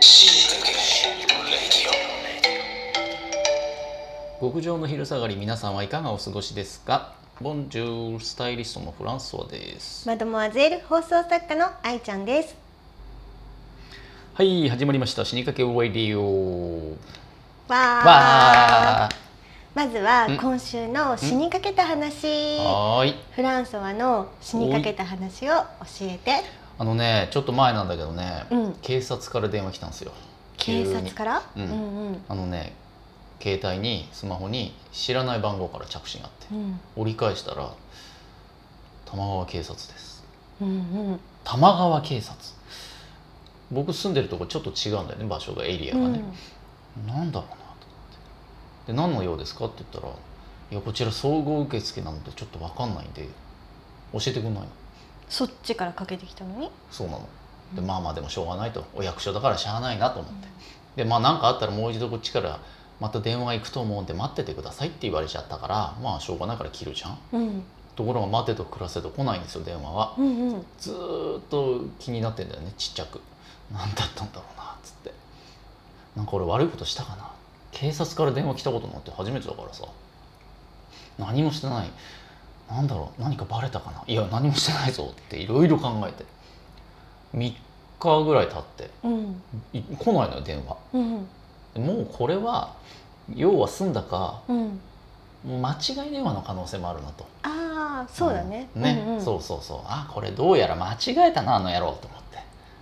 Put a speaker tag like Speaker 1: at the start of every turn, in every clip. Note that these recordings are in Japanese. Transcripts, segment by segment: Speaker 1: しいたけレディ
Speaker 2: 極上の昼下がり皆さんはいかがお過ごしですかボンジュールスタイリストのフランソワです
Speaker 3: マドモアゼール放送作家の愛ちゃんです。
Speaker 2: はい始まりました死にかけワイリオ
Speaker 3: わー
Speaker 2: わ
Speaker 3: まずは
Speaker 2: ん
Speaker 3: 今週の死にかけた話
Speaker 2: ー。はーい
Speaker 3: フランソワの死にかけた話を教えて。
Speaker 2: あのねちょっと前なんだけどね、
Speaker 3: うん
Speaker 2: 警察から電話来たんですよ
Speaker 3: 警察から？
Speaker 2: 急
Speaker 3: う
Speaker 2: に
Speaker 3: ん
Speaker 2: う
Speaker 3: うんん
Speaker 2: あのね携帯にスマホに知らない番号から着信があって
Speaker 3: うん
Speaker 2: 折り返したら玉川警察です
Speaker 3: うんうん
Speaker 2: 玉川警察僕住んでるとこちょっと違うんだよね場所がエリア
Speaker 3: う
Speaker 2: がね、
Speaker 3: ん
Speaker 2: なんだろうなと思ってで何の用ですかって言ったら「いやこちら総合受付なのでちょっと分かんないんで教えてくんないの?
Speaker 3: そっちからかけてきたのに。」
Speaker 2: そうなの
Speaker 3: うん
Speaker 2: でまあまあでもしょうがないとお役所だからしゃあないなと思ってでまあ何かあったらもう一度こっちからまた電話行くと思うんで待っててくださいって言われちゃったからまあしょうがないから切るじゃん
Speaker 3: うん
Speaker 2: ところが待てと暮らせと来ないんですよ電話は
Speaker 3: うんうん。
Speaker 2: ずーっと気になってんだよねちっちゃく何だったんだろうなっつってなんか俺悪いことしたかな警察から電話来たことなんて初めてだからさ何もしてない何だろう何かバレたかないや何もしてないぞっていろいろ考えて3日ぐらい経って
Speaker 3: うん
Speaker 2: い来ないのよ電話
Speaker 3: うん
Speaker 2: もうこれは要は済んだか
Speaker 3: うん。
Speaker 2: 間違い電話の可能性もあるなと
Speaker 3: ああそうだね。
Speaker 2: んね、
Speaker 3: うんうん
Speaker 2: そうそうそうあこれどうやら間違えたなあの野郎と思って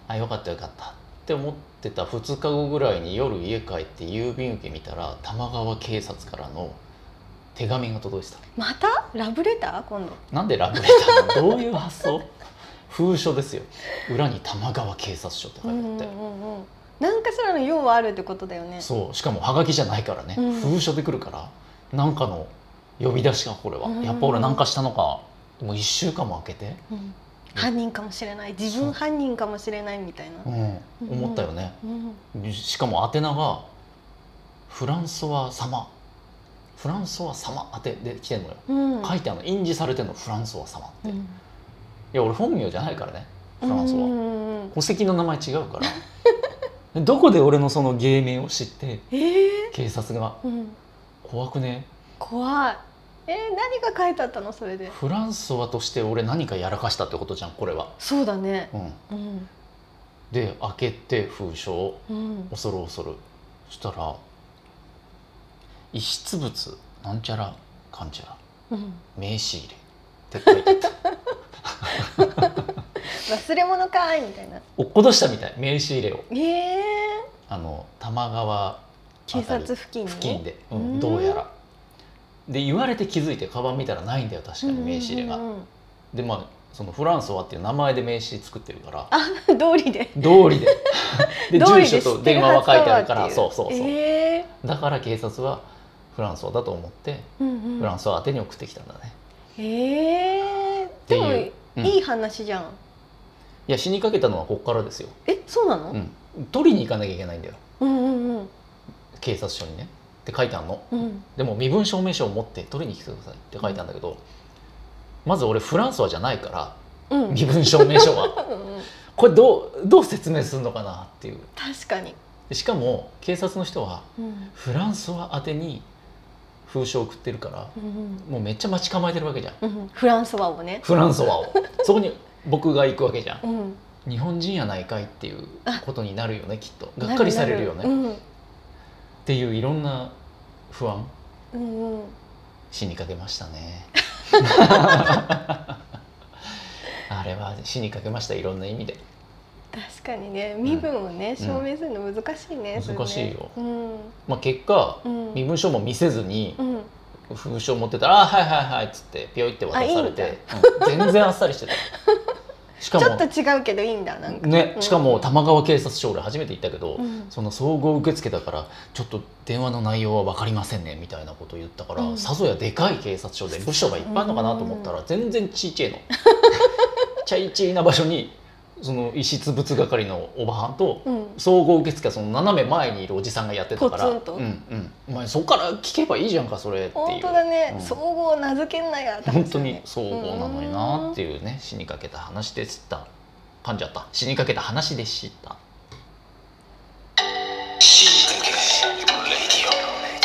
Speaker 2: あよかったよかったって思ってた2日後ぐらいに夜家帰って郵便受け見たら玉川警察からの手紙が届いてた
Speaker 3: またラブレター今度。
Speaker 2: なんでラブレターのどういう発想 封書ですよ裏に玉川警察署って書
Speaker 3: う
Speaker 2: い
Speaker 3: んうん
Speaker 2: て
Speaker 3: う
Speaker 2: あって、
Speaker 3: んうん。何かしらの用はあるってことだよね。
Speaker 2: そうしかもハガキじゃないからね、
Speaker 3: うん
Speaker 2: 封書で来るからなんかの呼び出しかこれは、
Speaker 3: うん
Speaker 2: やっぱ俺なんかしたのかもう1週間も空けて、
Speaker 3: うん犯人かもしれない自分犯人かもしれないみたいな
Speaker 2: う、ん、思ったよね、
Speaker 3: うん、
Speaker 2: しかも宛名がフランソワ様フランソワ様宛てで来てんのよ、
Speaker 3: うん
Speaker 2: 書いてあるの印字されてんのフランソワ様って、
Speaker 3: う
Speaker 2: い
Speaker 3: ん
Speaker 2: や俺本名じゃないからねフランソワ、
Speaker 3: うんうんうん
Speaker 2: 戸籍の名前違うから でどこで俺のその芸名を知って
Speaker 3: え
Speaker 2: 警察が
Speaker 3: ーうん、
Speaker 2: 「怖くね
Speaker 3: 怖いえー、何が書いてあったのそれで
Speaker 2: フランソワとして俺何かやらかしたってことじゃんこれは」
Speaker 3: そうだね
Speaker 2: うん、
Speaker 3: うん
Speaker 2: で開けて封書を
Speaker 3: うん
Speaker 2: 恐る恐るそしたら「遺失物なんちゃらかんちゃら」
Speaker 3: うん
Speaker 2: 名刺入れって書いてあった
Speaker 3: 忘れ物かーいみたいな
Speaker 2: 落っことしたみたい名刺入れを
Speaker 3: えー、
Speaker 2: あの玉川
Speaker 3: 警
Speaker 2: 辺り
Speaker 3: 察付近に
Speaker 2: 付近で、う、
Speaker 3: うんん
Speaker 2: どうやらで言われて気づいてカバン見たらないんだよ確かに名刺入れが、
Speaker 3: うんうんうん
Speaker 2: でまあそのフランソワっていう名前で名刺作ってるから
Speaker 3: うん、通りで
Speaker 2: 道 理でで
Speaker 3: 通り
Speaker 2: 住
Speaker 3: で
Speaker 2: 所と電話は書いてあるから
Speaker 3: 知ってるはずだ
Speaker 2: そ
Speaker 3: わ
Speaker 2: うそう
Speaker 3: って
Speaker 2: そう、
Speaker 3: いうえ
Speaker 2: だから警察はフランソワだと思って
Speaker 3: ーうんうん、
Speaker 2: フランソワ宛てに送ってきたんだね、
Speaker 3: えー、
Speaker 2: て
Speaker 3: で
Speaker 2: いう
Speaker 3: も
Speaker 2: うん
Speaker 3: いい話じゃん、
Speaker 2: いや死にかけたのはここからですよ、
Speaker 3: えそうなの、
Speaker 2: うん、取りに行かなきゃいけないんだよ
Speaker 3: うんうんうん
Speaker 2: 警察署にねって書いてあるの
Speaker 3: うん
Speaker 2: でも身分証明書を持って取りに来てくださいって書いてあるんだけど、まず俺フランスはじゃないから
Speaker 3: うん
Speaker 2: 身分証明書 は
Speaker 3: うんうん
Speaker 2: これどうどう説明するのかなっていう
Speaker 3: 確かに、
Speaker 2: でしかも警察の人は
Speaker 3: うん
Speaker 2: フランスは宛てに封書を送ってるから
Speaker 3: うん
Speaker 2: もうめっちゃ待ち構えてるわけじゃん
Speaker 3: うん、フランソワをね、
Speaker 2: フランソ ワをそこに僕が行くわけじゃん
Speaker 3: うん、
Speaker 2: 日本人やないかいっていうことになるよねきっと
Speaker 3: な
Speaker 2: がっかりされるよね
Speaker 3: なうん
Speaker 2: っていういろんな不安
Speaker 3: うんうん、
Speaker 2: 死にかけました ねあれは死にかけましたいろんな意味で
Speaker 3: 確かにね身分をね、証明するの難しいね、
Speaker 2: うん
Speaker 3: それね
Speaker 2: 難しいよ
Speaker 3: うん
Speaker 2: まあ結果
Speaker 3: うん
Speaker 2: 身分証も見せずに
Speaker 3: うん、
Speaker 2: 封書持ってたら「あはいはいはい」っつってピョイって渡され
Speaker 3: あい
Speaker 2: て
Speaker 3: いん
Speaker 2: うん全然あっさりしてたしか
Speaker 3: ちょっと
Speaker 2: も
Speaker 3: 違うけどいいんだなんか
Speaker 2: ね
Speaker 3: うん
Speaker 2: しかも玉川警察署俺初めて行ったけど、
Speaker 3: うん
Speaker 2: その総合受付だからちょっと電話の内容は分かりませんねみたいなこと言ったから、
Speaker 3: うん
Speaker 2: さぞやでかい警察署で部署がいっぱいあるのかなと思ったら全然ちいちゃいの ちゃいちいな場所にその遺失物係のおばはんと
Speaker 3: うん
Speaker 2: 総合受付はその斜め前にいるおじさんがやってたから「
Speaker 3: ポツンと
Speaker 2: うんうん、お前そこから聞けばいいじゃんかそれ」っていう
Speaker 3: 本当だね、
Speaker 2: うん
Speaker 3: 総合名付けんなや
Speaker 2: 本当に総合なのになっていうね死にかけた話でした噛んじゃった死にかけた話でした
Speaker 1: 死にかけシンプルレデ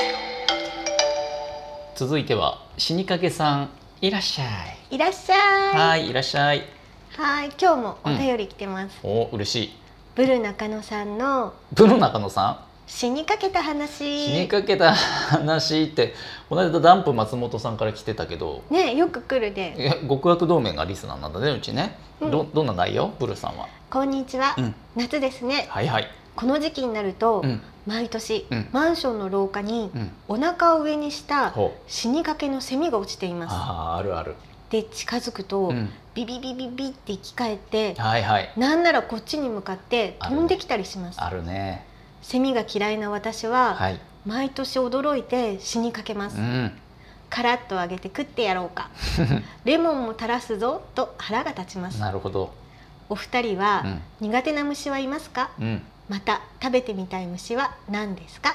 Speaker 1: ィ
Speaker 2: 続いては死にかけさんいらっしゃい
Speaker 3: いらっしゃい。
Speaker 2: はいいらっしゃい
Speaker 3: はい、今日もお便り来てます。
Speaker 2: お嬉しい
Speaker 3: ブル中野さんの
Speaker 2: プロ中野さ
Speaker 3: 死にかけた
Speaker 2: ん
Speaker 3: 話。
Speaker 2: 死にかけた話ってこの間ダンプ松本さんから来てたけど
Speaker 3: ね、よく来るで。
Speaker 2: いや極悪同盟がリスナーなんだねうちね、
Speaker 3: うん
Speaker 2: どどんな内容ブルさんは
Speaker 3: こんにちは。
Speaker 2: うん
Speaker 3: 夏ですね。
Speaker 2: はいはい
Speaker 3: この時期になると、
Speaker 2: うん
Speaker 3: 毎年、
Speaker 2: うん
Speaker 3: マンションの廊下に、
Speaker 2: うん
Speaker 3: お腹を上にした
Speaker 2: ほう
Speaker 3: 死にかけのセミが落ちています。
Speaker 2: あーあるある、
Speaker 3: で近づくと、
Speaker 2: うん、
Speaker 3: ビビビビビって生き返って、
Speaker 2: はいはい
Speaker 3: なんならこっちに向かって飛んできたりします。
Speaker 2: あるね
Speaker 3: セミが嫌いな私は、
Speaker 2: はい
Speaker 3: 毎年驚いて死にかけます
Speaker 2: う。ん
Speaker 3: カラッと揚げて食ってやろう かレモンも垂らすぞと腹が立ちます
Speaker 2: なるほど
Speaker 3: お二人
Speaker 2: う
Speaker 3: は
Speaker 2: ん
Speaker 3: 苦手な虫はいますか
Speaker 2: うん
Speaker 3: また食べてみたい虫は何ですか、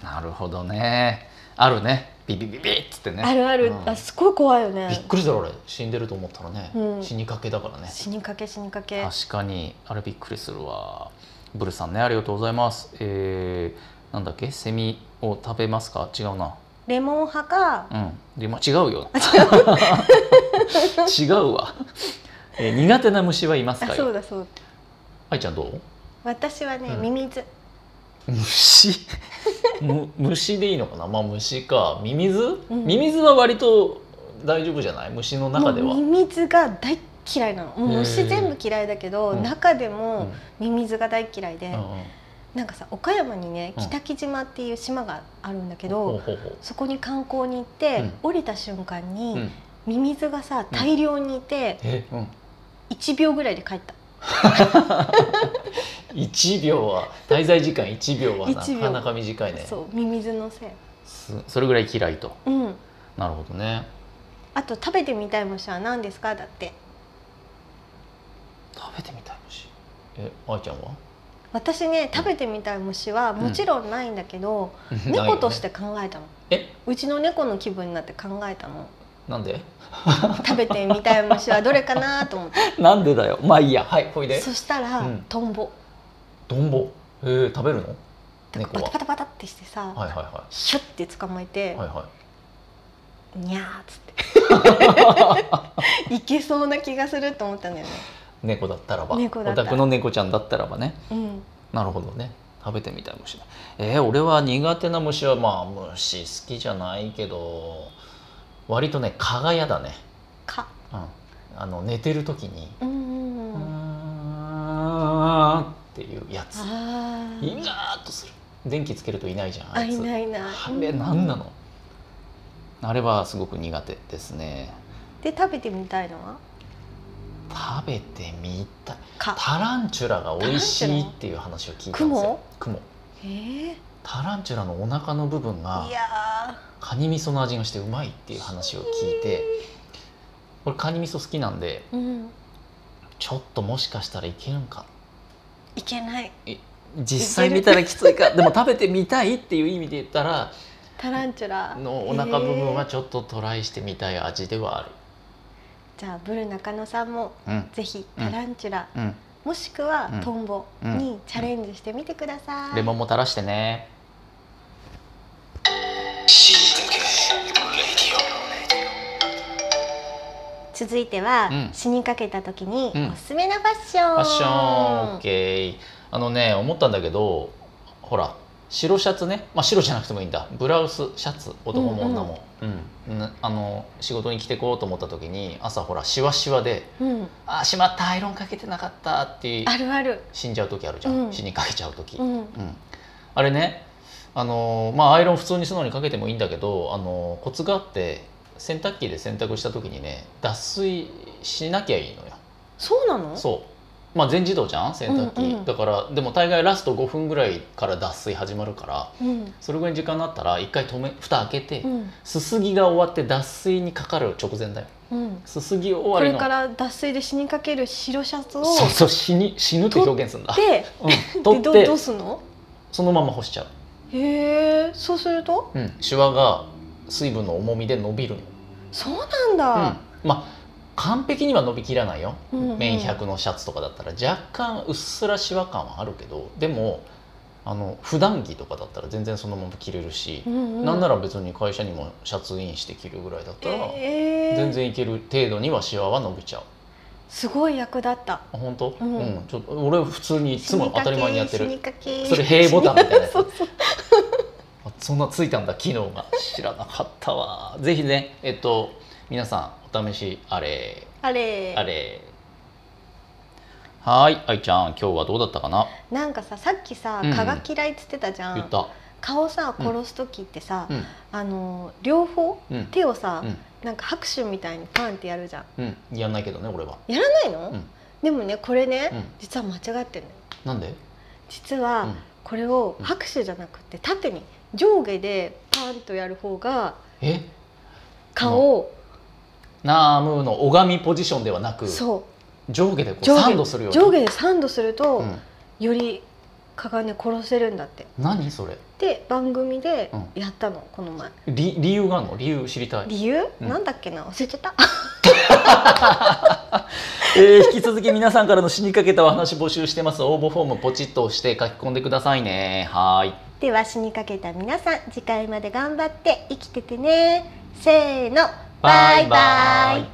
Speaker 2: なるほどねあるねビビビビっつってね
Speaker 3: あるある、
Speaker 2: うん
Speaker 3: あすごい怖いよ
Speaker 2: びっ
Speaker 3: ね
Speaker 2: くりだろ俺死んでると思ったらね、
Speaker 3: うん
Speaker 2: 死にかけだからね
Speaker 3: 死にかけ死にかけ
Speaker 2: 確かにあれびっくりするわブルさんねありがとうございますえー、なんだっけセミを食べますか違うな
Speaker 3: レモン派か
Speaker 2: うんでま違うよ 違うわ、えー苦手な虫はいます
Speaker 3: あ
Speaker 2: か
Speaker 3: そう
Speaker 2: よ
Speaker 3: だそうだ
Speaker 2: 愛ちゃんどう
Speaker 3: 私はね、
Speaker 2: うん
Speaker 3: ミミズ
Speaker 2: 虫 む虫でいいのかなまあ虫かミミズ、
Speaker 3: うん
Speaker 2: ミミズは割と大丈夫じゃない虫の中では、
Speaker 3: もうミミズが大嫌いなのもう
Speaker 2: へ
Speaker 3: 虫
Speaker 2: ー
Speaker 3: 全部嫌いだけど、
Speaker 2: うん
Speaker 3: 中で
Speaker 2: うん
Speaker 3: もミミズが大嫌いで、
Speaker 2: うんうん
Speaker 3: なんかさ岡山にね
Speaker 2: うん
Speaker 3: 北木島っていう島があるんだけど、
Speaker 2: ほうほうほう
Speaker 3: そこに観光に行って、
Speaker 2: うん
Speaker 3: 降りた瞬間に、
Speaker 2: うん
Speaker 3: ミミズがさ大量にいて、
Speaker 2: え、うん、
Speaker 3: 1秒ぐらいで帰った
Speaker 2: 1秒は滞在時間1秒はな
Speaker 3: 1秒
Speaker 2: かなか短いね
Speaker 3: そうミミズのせい
Speaker 2: すそれぐらい嫌いと
Speaker 3: うん
Speaker 2: なるほどね
Speaker 3: あと食べてみたい虫は何ですかだって
Speaker 2: 食べてみたい虫え愛ちゃんは
Speaker 3: 私ね食べてみたい虫はもちろんないんだけど、
Speaker 2: ないよ
Speaker 3: 猫
Speaker 2: ね
Speaker 3: として考えたの、
Speaker 2: え
Speaker 3: うちの猫の気分になって考えたの
Speaker 2: なんで
Speaker 3: 食べてみたい虫はどれかなと思っ
Speaker 2: なんでだよまあいいやはいほい
Speaker 3: て
Speaker 2: で
Speaker 3: そしたら、
Speaker 2: うん
Speaker 3: トンボ
Speaker 2: どんぼえー、食べるの
Speaker 3: なん
Speaker 2: 猫
Speaker 3: か
Speaker 2: は
Speaker 3: パタパタパタってしてさ、
Speaker 2: はいはいは
Speaker 3: シュッて捕まえて
Speaker 2: い、はいは
Speaker 3: にゃーっつっていけそうな気がすると思ったんだよね、
Speaker 2: い猫だったらば
Speaker 3: 猫だった
Speaker 2: お
Speaker 3: ら
Speaker 2: 宅の猫ちゃんだったらばね
Speaker 3: うん、
Speaker 2: なるほどね食べてみたい虫ねえー、俺は苦手な虫はまあ虫好きじゃないけど割とね蚊が嫌だね
Speaker 3: か
Speaker 2: うんあの寝てる時に
Speaker 3: うんうん
Speaker 2: 「う
Speaker 3: う
Speaker 2: ー
Speaker 3: ん
Speaker 2: ん」っていうやつ
Speaker 3: あ
Speaker 2: イ
Speaker 3: ー
Speaker 2: ガーッとする電気つけるといないじゃん
Speaker 3: あ
Speaker 2: あい
Speaker 3: い
Speaker 2: つ
Speaker 3: ないな
Speaker 2: あれ何なのあれはすごく苦手ですね
Speaker 3: で食べてみたいのは
Speaker 2: 食べてみたい
Speaker 3: か
Speaker 2: タランチュラが美味しいっていう話を聞いたんですよクモ
Speaker 3: えー、い
Speaker 2: タランチュラのお腹の部分が
Speaker 3: や
Speaker 2: カニ味噌の味がしてうまいっていう話を聞いてこれカニ味噌好きなんで
Speaker 3: ーうん
Speaker 2: ちょっともしかしたらいけるんか
Speaker 3: いけない
Speaker 2: 実際見たらきついかでも食べてみたいっていう意味で言ったら
Speaker 3: タランチュラ
Speaker 2: のお腹部分は
Speaker 3: えー
Speaker 2: ちょっとトライしてみたい味ではある、
Speaker 3: じゃあブル中野さんもぜひタランチュラ、
Speaker 2: うんうん
Speaker 3: もしくは
Speaker 2: うん
Speaker 3: トンボにチャレンジしてみてください、
Speaker 2: レモンも垂らしてね
Speaker 1: オ死にかけシンプルレディ
Speaker 3: 続いては、
Speaker 2: うん
Speaker 3: 死にかけた時に
Speaker 2: うん
Speaker 3: おすすめなファッション、
Speaker 2: ファッション OK あのね思ったんだけどほら白シャツね、まあ、白じゃなくてもいいんだブラウスシャツ男も女も、うんなあの仕事に着てこうと思った時に朝ほらシワシワで
Speaker 3: うん、
Speaker 2: 「あしまったアイロンかけてなかった」って
Speaker 3: あるある、
Speaker 2: 死んじゃう時あるじゃん、
Speaker 3: うん
Speaker 2: 死にかけちゃう時、
Speaker 3: うん、
Speaker 2: うんあれねあのーまあアイロン普通に素直にかけてもいいんだけどあのーコツがあって洗濯機で洗濯した時にね脱水しなきゃいいのよ
Speaker 3: そうなの
Speaker 2: そうまあ全自動じゃん洗濯機、
Speaker 3: うんうん
Speaker 2: だからでも大概ラスト5分ぐらいから脱水始まるから
Speaker 3: うん、
Speaker 2: それぐらいの時間になったら一回止め蓋開けて、
Speaker 3: うん、
Speaker 2: すすぎが終わって脱水にかかる直前だよ
Speaker 3: うん、
Speaker 2: すすぎ終
Speaker 3: こ
Speaker 2: わり
Speaker 3: れ
Speaker 2: の
Speaker 3: から脱水で死にかける白シャツを
Speaker 2: そうそう死に死ぬって表現するんだ
Speaker 3: で
Speaker 2: うん、
Speaker 3: で
Speaker 2: 取
Speaker 3: ど
Speaker 2: っ
Speaker 3: う
Speaker 2: て
Speaker 3: どうすんの
Speaker 2: そのまま干しちゃう
Speaker 3: へえそうすると
Speaker 2: うん、シワが水分の重みで伸びるの、
Speaker 3: そうなんだ、
Speaker 2: うんまあ完璧には伸びきらないよ、
Speaker 3: うんうん
Speaker 2: 綿100のシャツとかだったら若干うっすらシワ感はあるけどでもあの普段着とかだったら全然そのまま着れるし、
Speaker 3: うんうん
Speaker 2: なんなら別に会社にもシャツインして着るぐらいだったら、
Speaker 3: えー
Speaker 2: 全然いける程度にはシワは伸びちゃう
Speaker 3: すごい役立った
Speaker 2: あ本当、
Speaker 3: う
Speaker 2: うんんちょっと俺普通にいつも当たり前にやって
Speaker 3: 死に
Speaker 2: る
Speaker 3: かけ
Speaker 2: それ塀ボタンみたいなやつ
Speaker 3: そうそう
Speaker 2: あそんなついたんだ機能が知らなかったわぜひねえっと皆さんお試しあれ
Speaker 3: あれ
Speaker 2: あれはーい愛ちゃん今日はどうだったかな
Speaker 3: なんかささっきさ
Speaker 2: うんうん
Speaker 3: 蚊が嫌いっつってたじゃん、
Speaker 2: 言った
Speaker 3: 顔さ殺す時ってさ、
Speaker 2: うん
Speaker 3: あの両方
Speaker 2: うん
Speaker 3: 手をさ、
Speaker 2: うん
Speaker 3: なんか拍手みたいにパンってやるじゃん
Speaker 2: うんやんないけどね俺は
Speaker 3: やらないの、
Speaker 2: うん
Speaker 3: でもねこれね、
Speaker 2: うん
Speaker 3: 実は間違ってるのよ
Speaker 2: なんで
Speaker 3: 実
Speaker 2: う
Speaker 3: は
Speaker 2: ん
Speaker 3: これを
Speaker 2: うん
Speaker 3: 拍手じゃなくて縦に上下でパンとやる方が
Speaker 2: え
Speaker 3: 顔を、
Speaker 2: ナームーの拝みポジションではなく
Speaker 3: そ
Speaker 2: 上下でこう
Speaker 3: 上下
Speaker 2: サンドする
Speaker 3: う
Speaker 2: ように
Speaker 3: 上下でサンドすると、
Speaker 2: うん
Speaker 3: より蚊がね殺せるんだって
Speaker 2: 何それ
Speaker 3: で番組で
Speaker 2: う
Speaker 3: やったの、この前
Speaker 2: 理理由があるの理由知りたい
Speaker 3: 理由、
Speaker 2: うん
Speaker 3: なんだっけな忘れちゃった
Speaker 2: え ー引き続き皆さんからの死にかけたお話募集してます応募フォームポチッと押して書き込んでくださいねはーい
Speaker 3: では死にかけた皆さん次回まで頑張って生きててねせーのバイバイ